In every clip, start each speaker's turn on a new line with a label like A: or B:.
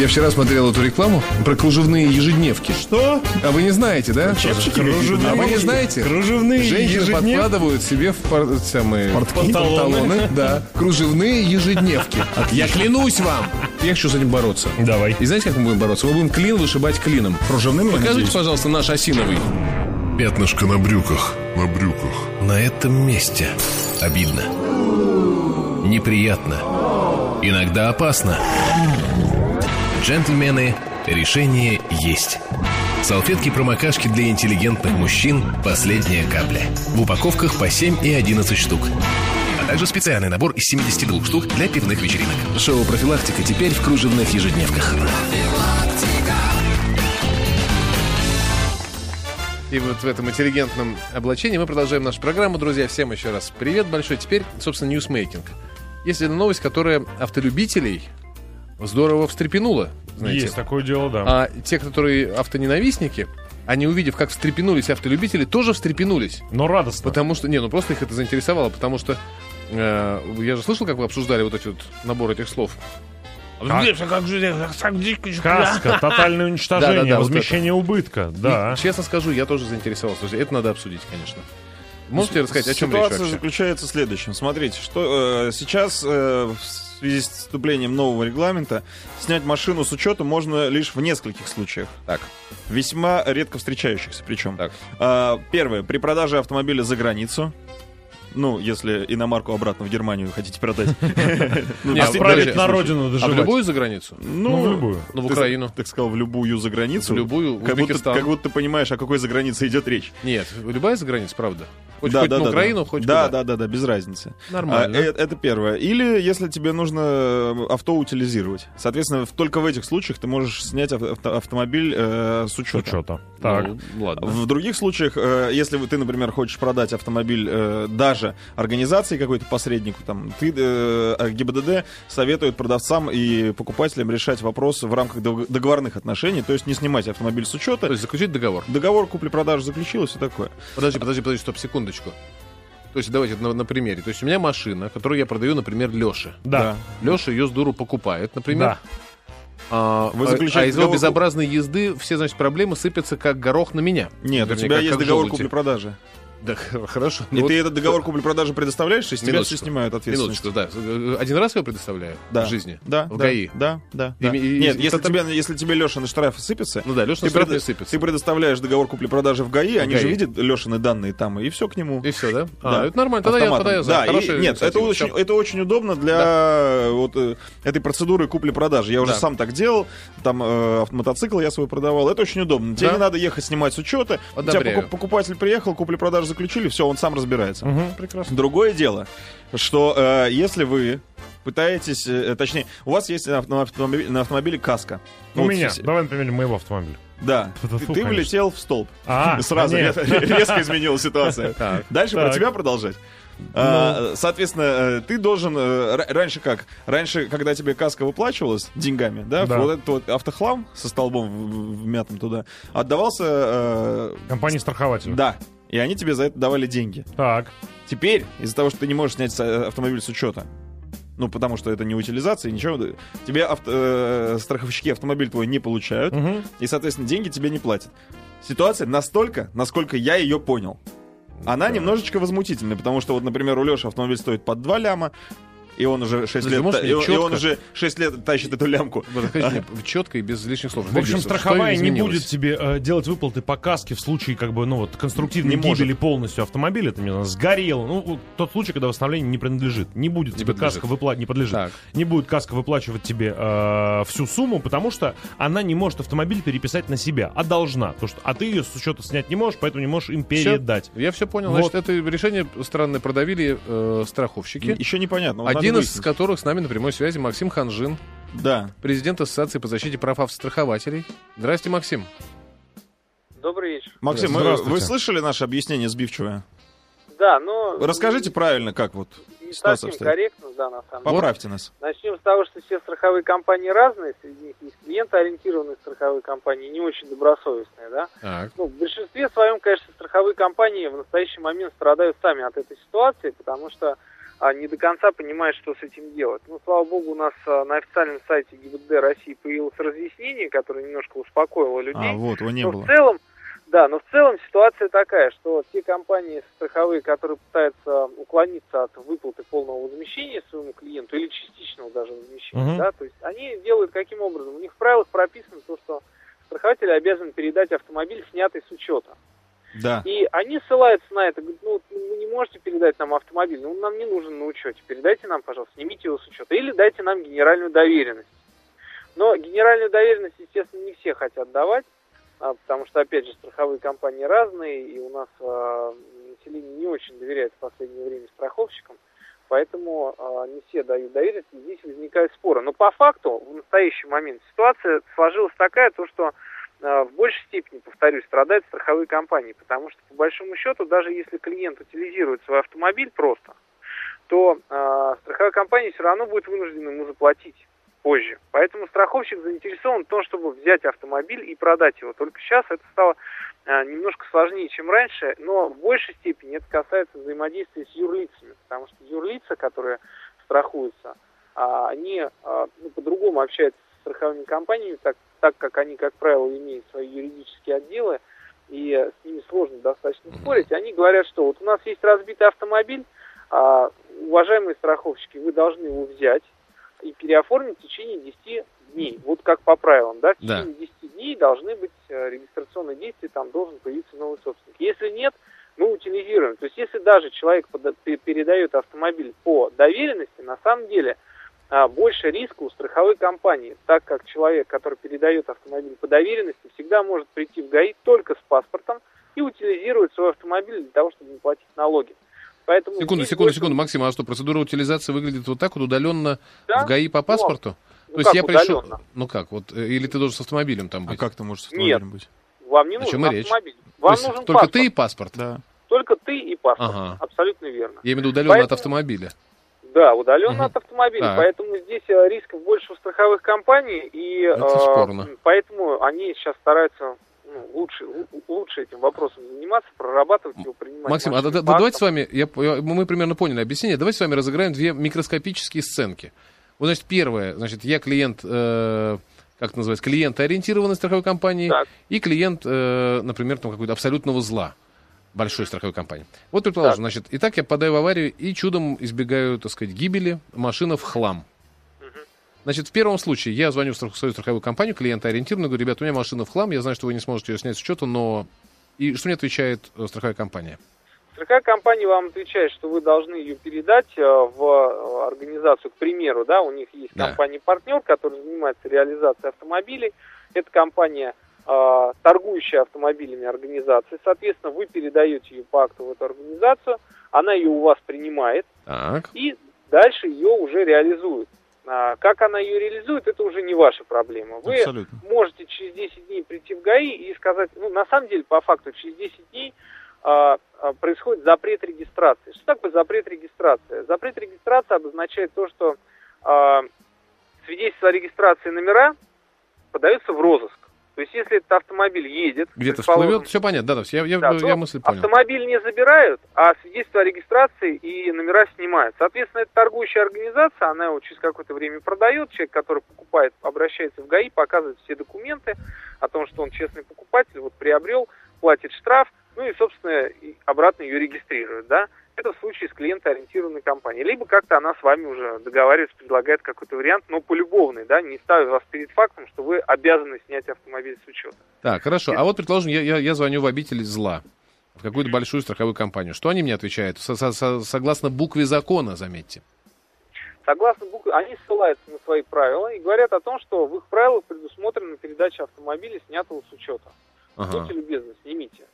A: Я вчера смотрел эту рекламу про кружевные ежедневки.
B: Что?
A: А вы не знаете, да?
B: Чепчики?
A: А вы не
B: какие-то?
A: знаете?
B: Кружевные
A: Женщины
B: ежедневки?
A: подкладывают себе в пар- самые
B: Панталоны.
A: да, кружевные ежедневки. Я клянусь вам. Я хочу с этим бороться.
B: Давай.
A: И знаете, как мы будем бороться? Мы будем клин вышибать клином.
B: Кружевными,
A: Покажите, пожалуйста, наш осиновый.
C: Пятнышко на брюках. На брюках.
D: На этом месте обидно, неприятно, иногда опасно. Джентльмены, решение есть. Салфетки-промокашки для интеллигентных мужчин «Последняя капля». В упаковках по 7 и 11 штук. А также специальный набор из 72 штук для пивных вечеринок.
A: Шоу «Профилактика» теперь в кружевных ежедневках. И вот в этом интеллигентном облачении мы продолжаем нашу программу. Друзья, всем еще раз привет большой. Теперь, собственно, ньюсмейкинг. Есть одна новость, которая автолюбителей здорово встрепенула. Знаете.
B: Есть такое дело, да.
A: Ну, А те, которые автоненавистники, они, увидев, как встрепенулись автолюбители, тоже встрепенулись.
B: Но радостно.
A: Потому что, не, ну просто их это заинтересовало, потому что э, я же слышал, как вы обсуждали вот эти вот набор этих слов.
B: Каска, тотальное уничтожение,
A: Да-да-да, вот
B: возмещение убытка. Да.
A: И, честно скажу, я тоже заинтересовался. Друзья, Это надо обсудить, конечно. Можете рассказать, о чем речь
E: Ситуация
A: вообще?
E: заключается в следующем. Смотрите, что э, сейчас э, в связи с вступлением нового регламента снять машину с учета можно лишь в нескольких случаях.
A: Так.
E: Весьма редко встречающихся причем.
A: Так.
E: первое. При продаже автомобиля за границу. Ну, если иномарку обратно в Германию хотите продать. Ну,
A: Не,
E: а
A: а
E: ты-
A: подожди,
B: Отправить на родину
A: А в
B: доживать.
A: любую за границу?
B: Ну, в любую.
A: Ну, в
E: ты-
A: Украину.
E: Так сказал, в любую за границу.
A: В любую, в
E: Как будто,
A: Узбекистан.
E: как будто ты понимаешь, о какой за границей идет речь.
A: Нет, любая за границу, правда? Хоть,
E: Да,
A: хоть
E: да,
A: на
E: да,
A: Украину,
E: да.
A: хоть
E: да,
A: куда.
E: да, да, да, без разницы.
A: Нормально.
E: А, э- это первое. Или если тебе нужно э, авто утилизировать. Соответственно, в- только в этих случаях ты можешь снять авто- авто- автомобиль э, с
B: С
E: учета.
B: учета.
A: Ну,
B: Так.
A: ладно.
E: В других случаях, э, если вы- ты, например, хочешь продать автомобиль э, даже организации какой-то посреднику, там, ты, э, ГИБДД советует продавцам и покупателям решать вопрос в рамках дов- договорных отношений, то есть не снимать автомобиль с учета.
A: То есть заключить договор.
E: Договор купли-продажи заключилось и такое.
A: Подожди, подожди, подожди, стоп, секундочку. То есть давайте на, на примере. То есть у меня машина, которую я продаю, например, Леше.
B: Да. Ну,
A: Леша ее с дуру покупает, например.
B: Да.
A: А,
E: Вы
A: а-
E: заключаете
A: а из-за его
E: договор-
A: безобразной езды все, значит, проблемы сыпятся как горох на меня.
E: Нет, у
A: Вернее,
E: тебя
A: как-
E: есть
A: как
E: договор
A: желуди.
E: купли-продажи.
A: Да, хорошо.
E: И
A: Ну,
E: ты
A: вот-
E: этот договор купли-продажи предоставляешь, и с тебя все
A: Минуточку.
E: снимают ответственность.
A: Минуточку, да. Один раз я его предоставляю
E: Да.
A: в жизни?
E: Да,
A: В
E: да,
A: ГАИ?
E: Да, да.
A: И-
E: да.
A: и-
E: Нет,
A: и-
E: если,
A: это-
E: тебе, если тебе Леша на штрафы сыпется,
A: Ну да, Леша
E: ты,
A: на штраф
E: пред-
A: не сыпется.
E: ты предоставляешь договор купли-продажи в ГАИ, они
A: ГАИ.
E: же видят Лешины данные там, и все к нему.
A: И все, да?
E: Да.
A: А, это нормально. Тогда я,
E: Автоматом.
A: тогда я за.
E: да, и-
A: Хорошая
E: нет, это
A: инициатива.
E: очень,
A: Всё.
E: это очень удобно для э, вот э, этой процедуры купли-продажи. Я уже
A: Да.
E: сам так делал, там э, авт- мотоцикл я свой продавал. Это очень удобно. Тебе
A: Да.
E: не надо ехать снимать с учета. У тебя
A: Одобряю.
E: покуп- покупатель приехал, купли-продажи заключили, все, он сам разбирается.
B: Мгм, прекрасно.
E: Другое дело, что э, если вы пытаетесь, э, точнее, у вас есть на, авто- на автомобиле, на автомобиле каска.
B: У
E: Ну, Вот
B: меня.
E: все-
B: Давай, например, моего автомобиля.
E: Да.
B: Да
E: Ты,
B: фу,
E: ты
B: конечно.
E: влетел в столб.
B: А,
E: Сразу
B: нет.
E: ре- резко изменилась ситуация.
A: Так.
E: Дальше про
B: Так. Ну.
E: тебя продолжать. А, Соответственно, э, ты должен э, ра- раньше как? Раньше, когда тебе каска выплачивалась деньгами, да,
B: Да.
E: вот этот вот автохлам со столбом в- в- вмятым туда отдавался. э,
B: Компания страхователя.
E: да. И они тебе за это давали деньги.
B: Так.
E: Теперь, из-за того, что ты не можешь снять с- э, автомобиль с учета, ну, потому что это не утилизация, ничего. да, Тебе авто- э, страховщики автомобиль твой не получают,
B: Мгм.
E: и, соответственно, деньги тебе не платят. Ситуация настолько, насколько я ее понял. Она немножечко возмутительная, потому что, вот, например, у Леши автомобиль стоит под 2 ляма, и он уже 6
A: Подожди,
E: лет,
A: можешь
E: та-
A: мне
E: и он- и он
A: чётко?
E: уже 6 лет тащит эту лямку.
A: Четко и без лишних слов.
B: В общем,
A: Что
B: страховая не
A: изменилось?
B: будет тебе э, делать выплаты по каске в случае, как бы, ну вот, конструктивной
E: Не может.
B: гибели полностью автомобиля, там, не знаю, сгорел. Ну, вот тот случай, когда восстановление не принадлежит. Не будет тебе
A: подлежит.
B: каска выплат, не подлежит.
A: Так.
B: Не будет каска выплачивать тебе э, всю сумму, потому что она не может автомобиль переписать на себя, а должна. Потому что, а ты ее с учета снять не можешь, поэтому не можешь им
A: Всё.
B: передать.
A: Я все понял.
B: Вот.
A: Значит, это решение странное продавили э, страховщики.
E: Еще непонятно. вот
A: Один
E: ну, надо
A: из
E: выяснить.
A: которых с нами на прямой связи Максим Ханжин,
E: Да.
A: президент Ассоциации по защите прав автострахователей. Здрасте, Максим.
F: Добрый вечер.
E: Максим, мы-
B: Здравствуйте.
E: вы слышали наше объяснение сбивчивое?
F: Да, но...
E: Расскажите правильно, как вот.
F: Не
E: ситуация
F: совсем
E: обстоит.
F: корректно, да, на самом деле.
E: Поправьте нас.
F: Начнем с того, что все страховые компании разные, среди них есть клиентоориентированные страховые компании, не очень добросовестные, да.
A: Так.
F: Ну, в большинстве своем, конечно, страховые компании в настоящий момент страдают сами от этой ситуации, потому что а, не до конца понимает, что с этим делать. Ну, слава богу, у нас а, на официальном сайте ГИБДД России появилось разъяснение, которое немножко успокоило людей.
E: А, вот, его не
F: но
E: было.
F: Ну, в целом, да, но в целом ситуация такая, что те компании страховые, которые пытаются уклониться от выплаты полного возмещения своему клиенту или частичного даже возмещения,
B: Мгм.
F: да, то есть они делают каким образом? У них в правилах прописано то, что страхователь обязан передать автомобиль, снятый с учета.
E: Да.
F: И они ссылаются на это, говорят, ну, вот вы не можете передать нам автомобиль, ну, он нам не нужен на учете, передайте нам, пожалуйста, снимите его с учета, или дайте нам генеральную доверенность. Но генеральную доверенность, естественно, не все хотят давать, а, потому что, опять же, страховые компании разные, и у нас а, население не очень доверяет в последнее время страховщикам, поэтому а, не все дают доверенность, и здесь возникают споры. Но по факту, в настоящий момент, ситуация сложилась такая, то, что э, в большей степени, повторюсь, страдают страховые компании, потому что, по большому счету, даже если клиент утилизирует свой автомобиль просто, то э, страховая компания все равно будет вынуждена ему заплатить позже. Поэтому страховщик заинтересован в том, чтобы взять автомобиль и продать его. Только сейчас это стало э, немножко сложнее, чем раньше, но в большей степени это касается взаимодействия с юрлицами, потому что юрлица, которые страхуются, а, они а, ну, по-другому общаются с страховыми компаниями, так, так как они, как правило, имеют свои юридические отделы, и э, с ними сложно достаточно спорить. Они говорят, что вот у нас есть разбитый автомобиль, а, уважаемые страховщики, вы должны его взять и переоформить в течение 10 дней. Вот как по правилам, да, в
A: Да.
F: течение 10 дней должны быть э, регистрационные действия, там должен появиться новый собственник. Если нет, мы утилизируем. То есть если даже человек пода- пе- передает автомобиль по доверенности, на самом деле а, больше риска у страховой компании, так как человек, который передает автомобиль по доверенности, всегда может прийти в ГАИ только с паспортом и утилизировать свой автомобиль для того, чтобы не платить налоги. Поэтому
A: Секунду,
F: здесь
A: секунду,
F: больше-
A: секунду, Максим, а что, процедура утилизации выглядит вот так вот удаленно
F: Да?
A: в ГАИ по паспорту?
F: Ну
A: То есть
F: как
A: я пришел...
F: удаленно?
A: Ну как, вот, э, или ты должен с автомобилем там
E: А
A: быть?
E: как ты можешь с
F: Нет.
E: автомобилем быть?
F: Вам не
A: О
F: нужен
A: чем и речь?
F: автомобиль.
A: То
F: Вам
A: есть
F: нужен
A: только
F: паспорт.
A: ты и паспорт?
E: Да.
F: Только ты и паспорт.
A: Ага.
F: Абсолютно верно.
A: Я имею в виду удаленно от
F: Поэтому-
A: автомобиля.
F: Да, удаленно
A: Мгм.
F: от автомобиля.
A: Так.
F: Поэтому здесь э, рисков больше у страховых компаний, и
A: Это
F: э,
A: спорно.
F: поэтому они сейчас стараются ну, лучше, лу- лучше этим вопросом заниматься, прорабатывать его, принимать.
A: Максим, а да-
F: машины
A: да-
F: по
A: давайте с
F: актам.
A: вами, я, я- мы примерно поняли объяснение, давайте с вами разыграем две микроскопические сценки. Вот, значит, первое, значит, я клиент, э, как это называется, клиент ориентированной страховой компании
F: Так.
A: и клиент, э, например, там какой-то абсолютного зла большой страховой компании. Вот предположим,
F: Так.
A: значит, и так я попадаю в аварию и чудом избегаю, так сказать, гибели, машина в хлам. Значит, в первом случае я звоню в страх- свою страховую компанию, клиента ориентированно, говорю, ребят, у меня машина в хлам, я знаю, что вы не сможете ее снять с учета, но... И что мне отвечает э, страховая компания?
F: Страховая компания вам отвечает, что вы должны ее передать э, в э, организацию, к примеру, да, у них есть
A: Да.
F: компания-партнер, которая занимается реализацией автомобилей. Это компания, э, торгующая автомобилями организации. Соответственно, вы передаете ее по акту в эту организацию, она ее у вас принимает
A: Так.
F: и дальше ее уже реализует. А, Как она ее реализует, это уже не ваша проблема. Вы
E: Абсолютно.
F: можете через 10 дней прийти в ГАИ и сказать, ну, на самом деле, по факту, через 10 дней а, а, происходит запрет регистрации. Что такое запрет регистрации? Запрет регистрации обозначает то, что а, свидетельство о регистрации номера подаются в розыск. То есть, если этот автомобиль едет...
A: Где-то
F: предположим,
A: всплывет, все понятно, да, да, всё, я, я,
F: да, ну,
A: я
F: то
A: мысль понял.
F: Автомобиль не забирают, а свидетельство о регистрации и номера снимают. Соответственно, это торгующая организация, она его через какое-то время продает. Человек, который покупает, обращается в ГАИ, показывает все документы о том, что он честный покупатель, вот приобрел, платит штраф, ну и, собственно, и обратно ее регистрирует, да. Это в случае с клиентоориентированной компанией. Либо как-то она с вами уже договаривается, предлагает какой-то вариант, но полюбовный, да, не ставит вас перед фактом, что вы обязаны снять автомобиль с учета.
A: Так, хорошо. А вот, предположим, я, я, я звоню в обитель зла, в какую-то большую страховую компанию. Что они мне отвечают? Со- со- со- согласно букве закона, заметьте.
F: Согласно букве, они ссылаются на свои правила и говорят о том, что в их правилах предусмотрена передача автомобиля, снятого с учета.
A: Ага.
F: Будьте любезны, снимите.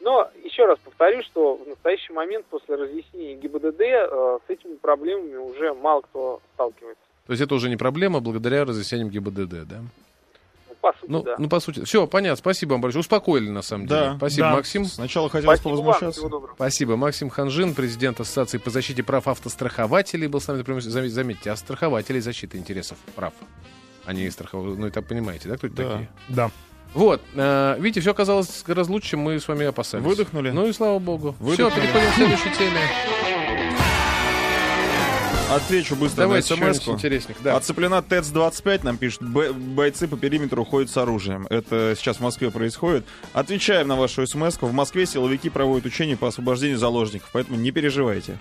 F: Но еще раз повторю, что в настоящий момент после разъяснения ГИБДД э, с этими проблемами уже мало кто сталкивается.
A: То есть это уже не проблема благодаря разъяснениям ГИБДД, да?
F: Ну, по сути,
A: Ну,
F: да.
A: ну по сути. Все, понятно. Спасибо вам большое. Успокоили, на самом деле.
E: Да,
A: Спасибо,
B: да.
A: Максим.
E: Сначала хотелось
F: Спасибо вам,
E: повозмущаться.
F: всего доброго.
A: Спасибо. Максим Ханжин, президент Ассоциации по защите прав автострахователей, был с нами на прямом- зам- Заметьте, а страхователей защиты интересов прав. Они страховые. Ну, это понимаете, да, кто это
E: Да.
A: такие?
B: Да.
A: Вот, э, видите, все оказалось гораздо лучше, чем мы с вами опасались.
E: Выдохнули.
A: Ну и слава богу. Все,
E: Выдохнули.
A: переходим к следующей теме.
E: Отвечу быстро
A: Давайте
E: на
A: что-нибудь
E: смс-ку.
A: интересненькое. Да.
E: Отцеплена ТЭЦ-25, нам пишут, «Бо- бойцы по периметру ходят с оружием. Это сейчас в Москве происходит. Отвечаем на вашу смс -ку. В Москве силовики проводят учения по освобождению заложников, поэтому не переживайте.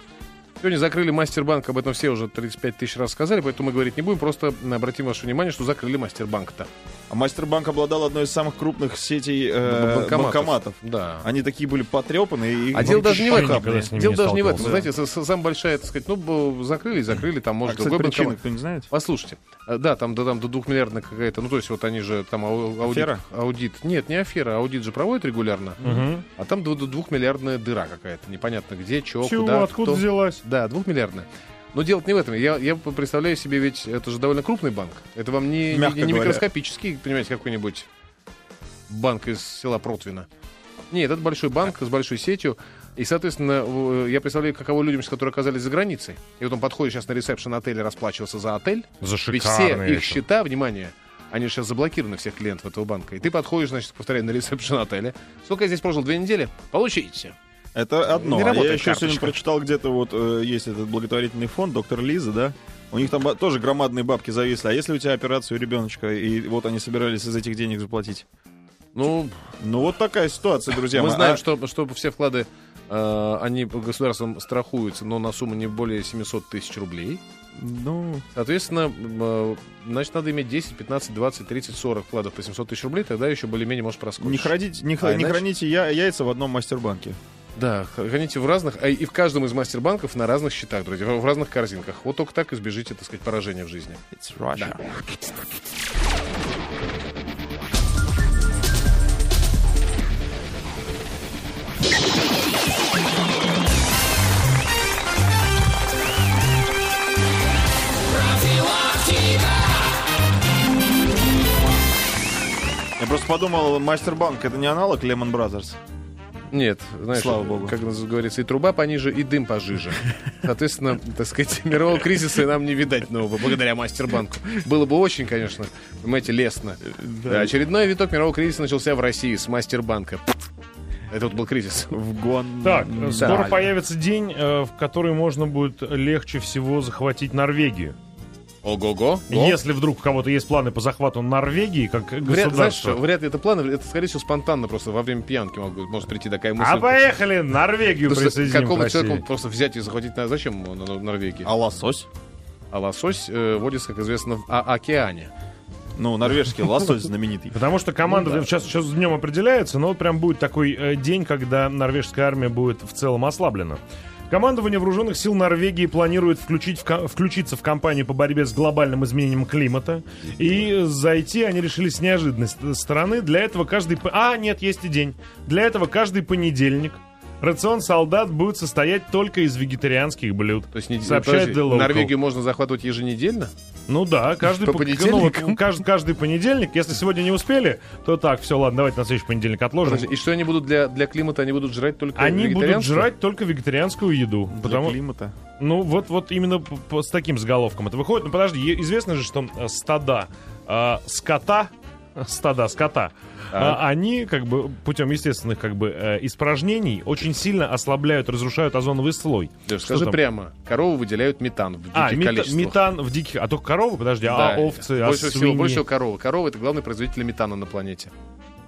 A: Сегодня закрыли Мастербанк, об этом все уже 35 тысяч раз сказали, поэтому мы говорить не будем, просто обратим ваше внимание, что закрыли Мастербанк-то.
E: А Мастербанк обладал одной из самых крупных сетей э, банкоматов.
A: Да.
E: Они такие были потрепаны и
A: А дело даже не в этом.
B: никогда с ними
A: Дело
B: не
A: даже не в этом.
B: сталкивался.
A: Знаете, с- с- самая большая, так сказать, ну, б- закрыли, закрыли, там,
E: А,
A: может,
E: кстати,
A: другой
E: причины
A: банкомат.
E: кто не знает?
A: Послушайте, э, да, там, да, там до двухмиллиардная какая-то, ну, то есть вот они же там ау- аудит...
E: Афера?
A: аудит- Нет, не афера, аудит же проводят регулярно,
B: Мгм.
A: а там до- до двухмиллиардная дыра какая-то, непонятно где, чего,
B: Чего,
A: куда,
B: откуда
A: кто.
B: взялась?
A: Да, двухмиллиардная. Но дело не в этом. Я, я представляю себе, ведь это же довольно крупный банк. Это вам не,
E: Мягко
A: не- не
E: говоря.
A: микроскопический, понимаете, какой-нибудь банк из села Протвина. Нет, это большой банк с большой сетью. И, соответственно, в- э, я представляю, каково людям, которые оказались за границей. И вот он подходит сейчас на ресепшн отеля расплачиваться за отель.
B: За
A: Ведь все
B: шикарные
A: их
B: это.
A: счета, внимание, они сейчас заблокированы, всех клиентов этого банка. И ты подходишь, значит, повторяю, на ресепшн отеля. Сколько я здесь прожил? Две недели? Получите.
E: Это одно.
A: Не
E: А
A: работает
E: я еще сегодня
A: карточка.
E: прочитал где-то вот э, есть этот благотворительный фонд доктор Лиза, да? У них там ба- тоже громадные бабки зависли. А если у тебя операцию ребеночка, и вот они собирались из этих денег заплатить?
A: Ну,
E: Ну вот такая ситуация, друзья.
A: Мы
E: мои.
A: знаем,
E: А-
A: что, что все вклады, э, они государством страхуются, но на сумму не более 700 тысяч рублей.
E: Ну,
A: Соответственно, э, значит, надо иметь 10, 15, 20, 30, 40 вкладов по 700 тысяч рублей, тогда еще более-менее можешь проскочить.
E: не, храните, не, х-
A: А
E: не
A: иначе?
E: храните я, яйца в одном мастербанке.
A: Да, х- храните в разных, а и- и в каждом из мастербанков на разных счетах, друзья, в в разных корзинках. Вот только так избежите, так сказать, поражения в жизни.
E: Я просто подумал, мастербанк это не аналог Лемон Бразерс.
A: Нет, знаешь,
E: Слава богу.
A: как нас говорится, и труба пониже, и дым пожиже. Соответственно, так сказать, мирового кризиса нам не видать нового, благодаря мастербанку. Было бы очень, конечно, понимаете, лестно. Очередной виток мирового кризиса начался в России с мастербанка. Это вот был кризис.
E: В гон...
B: Так,
E: Да.
B: скоро появится день, э, в который можно будет легче всего захватить Норвегию.
A: Ого-го. го.
B: Если вдруг у кого-то есть планы по захвату Норвегии как
A: Вряд, знаешь, что,
B: государства.
A: вряд ли это план, это, скорее всего, спонтанно просто во время пьянки могу- может прийти такая мысль.
B: А поехали Норвегию
A: Потому что
B: присоединим к
A: какому
B: России.
A: человеку просто взять и захватить на зачем на- на- Норвегии?
E: А лосось?
A: А лосось э, водится, как известно, в о- океане.
E: Ну, норвежский лосось знаменитый.
B: Потому что команда
A: Ну
B: сейчас, сейчас днем определяется, но вот прям будет такой э, день, когда норвежская армия будет в целом ослаблена. Командование вооруженных сил Норвегии планирует включить в ко- включиться в кампанию по борьбе с глобальным изменением климата. И зайти они решили с неожиданной ст- стороны. Для этого каждый... п- А, нет, есть и день. Для этого каждый понедельник рацион солдат будет состоять только из вегетарианских блюд.
A: То есть не,
B: Сообщает
A: подожди,
B: The Local.
A: Норвегию можно захватывать еженедельно?
B: Ну да, каждый
A: По
B: пон-
A: понедельникам?
B: ну, кажд- каждый понедельник. Если сегодня не успели, то так, все, ладно, давайте на следующий понедельник отложим.
A: Подожди, И что они будут для, для климата? Они будут жрать только
B: Они будут
A: вегетарианство?
B: жрать только вегетарианскую еду.
E: Для
B: Потому,
E: климата.
B: ну вот, вот именно п- п- с таким заголовком это выходит. Ну подожди, е- известно же, что э, стада э, скота, стада скота, э, они как бы путем естественных как бы э, испражнений очень сильно ослабляют, разрушают озоновый слой.
A: Да,
B: Что
A: скажи
B: там?
A: прямо, коровы выделяют метан в диких
B: А, мета-
A: количествах.
B: метан в диких... А только коровы, подожди,
A: Да,
B: а овцы, а
A: больше всего,
B: свиньи?
A: больше всего коровы. Коровы это главный производитель метана на планете.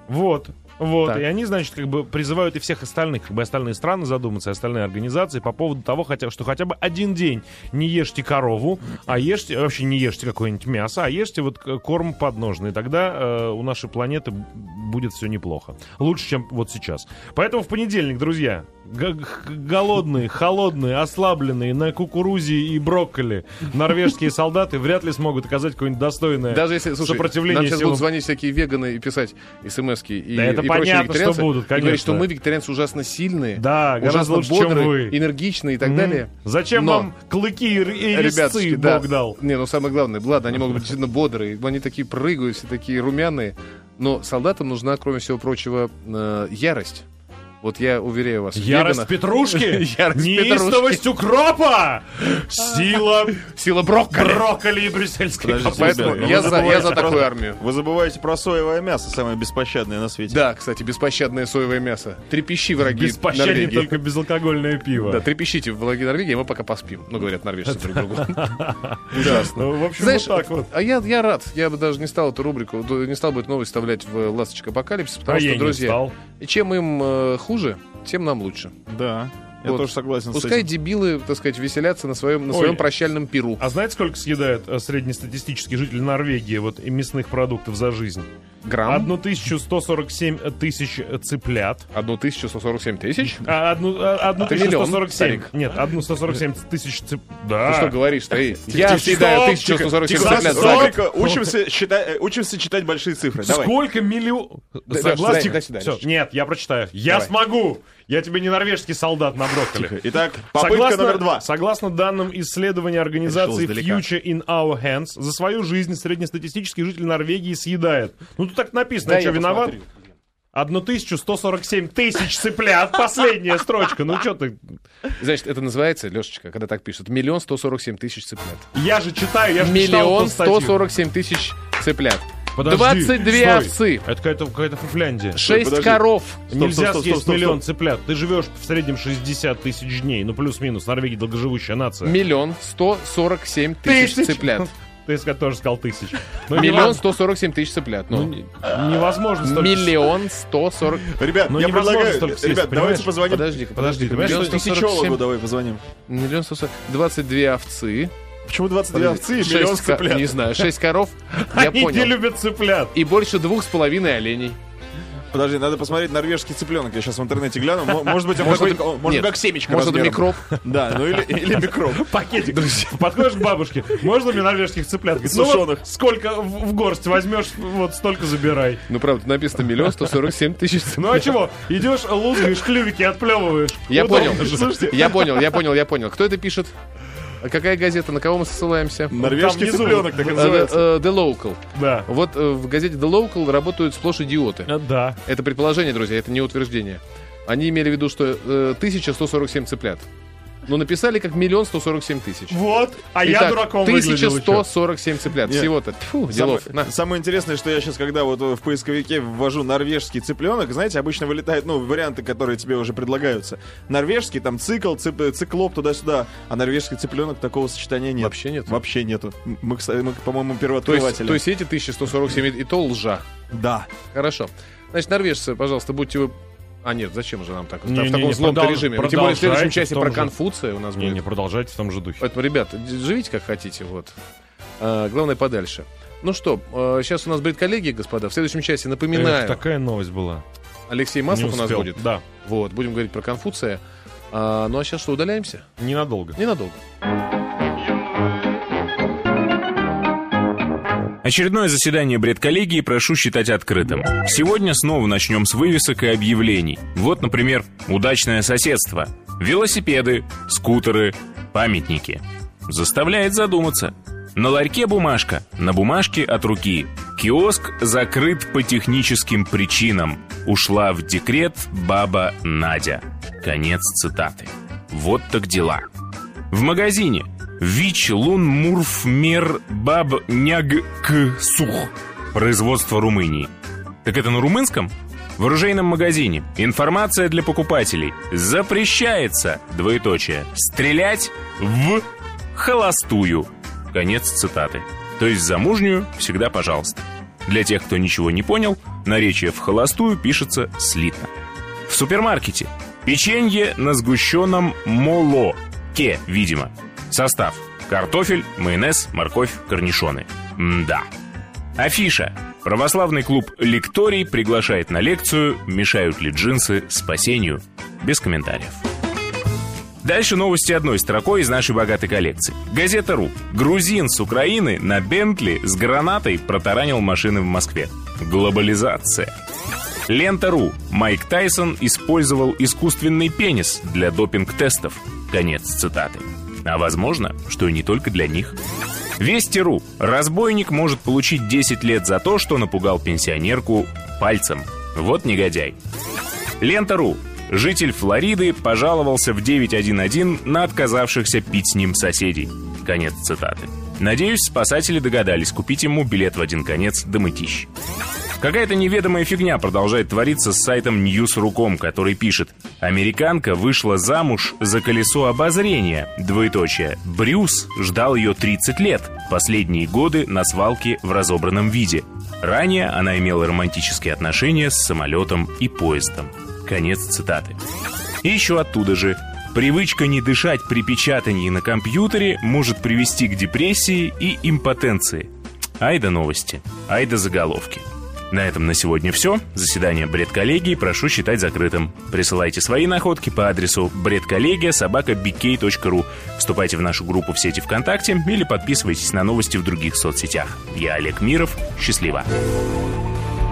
B: Вот. Вот,
A: Так.
B: и они, значит, как бы призывают и всех остальных, как бы остальные страны задуматься, и остальные организации по поводу того, хотя, что хотя бы один день не ешьте корову, а ешьте, вообще не ешьте какое-нибудь мясо, а ешьте вот к- корм подножный, тогда э, у нашей планеты б- будет все неплохо. Лучше, чем вот сейчас. Поэтому в понедельник, друзья, г- г- голодные, холодные, ослабленные на кукурузе и брокколи норвежские солдаты вряд ли смогут оказать какое-нибудь достойное
A: Даже если, слушай,
B: Э, сопротивление
A: нам сейчас
B: силам
A: будут звонить всякие веганы и писать смс и,
B: Да это
A: и прочие
B: понятно,
A: вегетарианцы,
B: что будут,
A: и говорить,
B: конечно.
A: что мы вегетарианцы ужасно сильные,
B: Да, гораздо
A: ужасно
B: лучше, чем
A: бодрые,
B: вы.
A: энергичные и так
B: Мгм.
A: далее.
B: Зачем
A: Но,
B: вам клыки и, р- и
A: ребятушки,
B: резцы
A: да.
B: Бог дал?
A: Не, ну самое главное, ладно, они могут быть действительно бодрые, они такие прыгают, все такие румяные, но солдатам нужна, кроме всего прочего, э, ярость. Вот я уверяю вас. в
B: Ярость
A: Лебенах-
B: петрушки,
A: Ярость
B: неистовость укропа, сила
A: Сила брокколи.
B: брокколи и брюссельской Ну,
E: Подождите,
B: капусты.
A: Поэтому
E: ребята,
A: я
E: вы
A: за-
E: забываете
A: я за
E: про-
A: такую армию.
E: Вы забываете про соевое мясо, самое беспощадное на свете.
A: Да, кстати, беспощадное соевое мясо. Трепещи, враги
B: Беспощаден
A: Норвегии.
B: только безалкогольное пиво.
A: Да, трепещите, враги Норвегии, а мы пока поспим. Ну, говорят норвежцы друг другу.
B: Ну, в общем,
A: Знаешь,
B: вот так вот.
A: а я, я рад, я бы даже не стал эту рубрику, д- не стал бы эту новость вставлять в «Ласточка Апокалипсис», потому
B: А я
A: что,
B: не
A: друзья,
B: встал.
A: чем им э, хуже, тем нам лучше.
E: Да. Я
A: Вот.
E: тоже согласен
A: Пускай
E: с этим.
A: дебилы, так сказать, веселятся на своем, на
B: Ну, Ой.
A: своем прощальном перу.
B: А знаете, сколько съедает э, среднестатистический житель Норвегии вот и мясных продуктов за жизнь?
A: Грамм?
B: 1147 тысяч цыплят.
A: 1147 тысяч?
B: А, одну, а, одну
A: Это
B: тысячу
A: миллион,
B: 147.
A: старик.
B: Нет, 1147 тысяч цыплят. Да.
A: Ты что говоришь, ты? Я
B: А. тихо,
A: съедаю
B: стоп,
A: 1147
B: тихо,
A: цыплят
E: Согласен,
A: за
B: стоп.
A: год.
E: Только учимся, считать, э, учимся читать большие цифры. Давай.
B: Сколько миллион...
A: Да, Леш, дай- дай сюда,
B: Всё,
A: Лешечка.
B: Нет, я прочитаю. Я
A: Давай.
B: смогу! Я тебе не норвежский солдат на брокколи.
E: Итак, попытка номер два.
B: Согласно данным исследования организации
E: Решил издалека.
B: Future in Our Hands, за свою жизнь среднестатистический житель Норвегии съедает. Ну, тут так написано,
A: Да,
B: я что,
A: я
B: виноват? 1147 тысяч цыплят, последняя строчка. Ну, что ты...
A: Значит, это называется, Лешечка, когда так пишут, миллион сто сорок семь тысяч цыплят.
B: Я же читаю, я же читал
A: Миллион
B: эту статью.
A: сто сорок семь тысяч цыплят.
B: Подожди,
A: 22
B: стой.
A: овцы.
B: Это какая-то какая Финляндия.
A: Шесть
E: подожди.
A: коров.
B: Нельзя
E: стоп, стоп,
B: съесть
E: стоп, стоп.
B: миллион цыплят. Ты живешь в среднем 60 тысяч дней. Ну, плюс-минус. Норвегия долгоживущая нация.
A: Миллион сто сорок семь тысяч
B: Тысяч.
A: цыплят.
B: Ты ска- тоже сказал тысяч. Ну,
A: Миллион
B: нево-
A: сто сорок семь тысяч цыплят.
B: ну,
A: Ну,
B: не- невозможно столько...
A: миллион сто сорок...
E: Ребят,
B: Ну,
E: я
B: невозможно
E: предлагаю...
B: столько съесть,
E: Ребят,
B: понимаешь?
E: давайте позвоним
A: Подожди-ка,
B: Подожди,
A: подожди.
B: ты понимаешь,
A: Миллион сто сорок
E: Тысячологу
A: семь...
E: давай позвоним.
A: Миллион сто сорок... 22 овцы.
E: Почему 22 овцы и миллион
A: шесть ко-
E: цыплят?
A: Не знаю, шесть коров. Я
B: Они не
A: понял.
B: любят цыплят.
A: И больше двух с половиной оленей.
E: Подожди, надо посмотреть норвежский цыпленок. Я сейчас в интернете гляну. Мо- Может быть, он
A: Может,
E: какой-то...
A: это-
E: о, Может,
A: нет.
E: как семечко
A: Может, это
E: размером.
A: микроб?
E: Да, ну или, или микроб.
B: Пакетик. Подходишь к бабушке, можно мне норвежских цыплят? Говорит, ну
E: Сушёных.
B: вот сколько в, в горсть возьмешь, вот столько забирай.
A: Ну, правда, написано миллион сто сорок семь тысяч
B: Ну а чего? Идешь, лузгаешь, клювики отплевываешь.
E: Ну,
A: Я
B: Удобно
A: понял.
B: же.
A: Я понял, я понял, я понял. Кто это пишет? А Какая газета? На кого мы ссылаемся?
E: Норвежский
B: внизу.
E: цыпленок так и
A: Э,
E: называется.
A: э, The Local.
B: Да.
A: Вот э, в газете The Local работают сплошь идиоты.
B: Э, Да.
A: Это предположение, друзья, это не утверждение. Они имели в виду, что э, 1147 цыплят. Но написали как миллион сто сорок семь тысяч.
B: Вот. А я
A: Итак,
B: дураком выглядел. и чё?
A: 1147 цыплят.
E: Нет.
A: Всего-то. Тьфу,
E: Самое,
A: делов. На.
E: самое интересное, что я сейчас, когда вот э, в поисковике ввожу норвежский цыпленок, знаете, обычно вылетают, ну, варианты, которые тебе уже предлагаются. Норвежский, там, цикл, цып- э, циклоп, туда-сюда. А норвежский цыпленок такого сочетания нет.
A: Вообще нет.
E: Вообще нету. Мы, кстати, мы, по-моему,
A: То есть,
E: первооткрыватели.
A: то есть эти 1147 и- и то лжа.
E: Да.
A: Хорошо. Значит, норвежцы, пожалуйста, будьте вы... А нет, зачем же нам так?
B: Не,
A: в
B: не,
A: таком
B: не,
A: злом
B: продолж-
A: режиме. Тем более в следующем
B: продолжайте
A: часе
B: в том
A: про
B: же.
A: Конфуция у нас
B: Не,
A: будет.
B: не продолжайте в том же духе.
A: Поэтому, ребята, д- живите как хотите, вот. А, главное, подальше. Ну что, сейчас у нас будет коллеги, господа. В следующем часе, напоминаю,
B: Эх, такая новость была.
A: Алексей Маслов
B: Не
A: у нас
B: успел.
A: будет.
B: Да.
A: Вот, будем говорить про Конфуция. А, ну а сейчас что, удаляемся?
B: Ненадолго.
A: Ненадолго.
G: Очередное заседание бредколлегии прошу считать открытым. Сегодня снова начнем с вывесок и объявлений. Вот, например, удачное соседство. Велосипеды, скутеры, памятники. Заставляет задуматься. На ларьке бумажка, на бумажке от руки. Киоск закрыт по техническим причинам. Ушла в декрет баба Надя. Конец цитаты. Вот так дела. В магазине Вич Лун Мурф Мер Баб Няг К Сух. Производство Румынии. Так это на румынском? В оружейном магазине. Информация для покупателей. Запрещается, двоеточие, стрелять в холостую. Конец цитаты. То есть замужнюю всегда пожалуйста. Для тех, кто ничего не понял, наречие в холостую пишется слитно в супермаркете. Печенье на сгущенном молоке, видимо. Состав. Картофель, майонез, морковь, корнишоны. Да. Афиша. Православный клуб «Лекторий» приглашает на лекцию «Мешают ли джинсы спасению?» Без комментариев. Дальше новости одной строкой из нашей богатой коллекции. Газета «Ру». Грузин с Украины на Бентли с гранатой протаранил машины в Москве. Глобализация. Лента.ру. Майк Тайсон использовал искусственный пенис для допинг-тестов. Конец цитаты. А возможно, что и не только для них. Вести.ру. Разбойник может получить 10 лет за то, что напугал пенсионерку пальцем. Вот негодяй. Лента.ру. Житель Флориды пожаловался в 911 на отказавшихся пить с ним соседей. Конец цитаты. Надеюсь, спасатели догадались купить ему билет в один конец до мытищ. Какая-то неведомая фигня продолжает твориться с сайтом News.ru.com, который пишет «Американка вышла замуж за колесо обозрения». Двоеточие. Брюс ждал ее 30 лет, последние годы на свалке в разобранном виде. Ранее она имела романтические отношения с самолетом и поездом. Конец цитаты. И еще оттуда же. Привычка не дышать при печатании на компьютере может привести к депрессии и импотенции. Айда новости. Айда заголовки. На этом на сегодня все. Заседание бредколлегии прошу считать закрытым. Присылайте свои находки по адресу бредколлегия Вступайте в нашу группу в сети ВКонтакте или подписывайтесь на новости в других соцсетях. Я Олег Миров. Счастливо.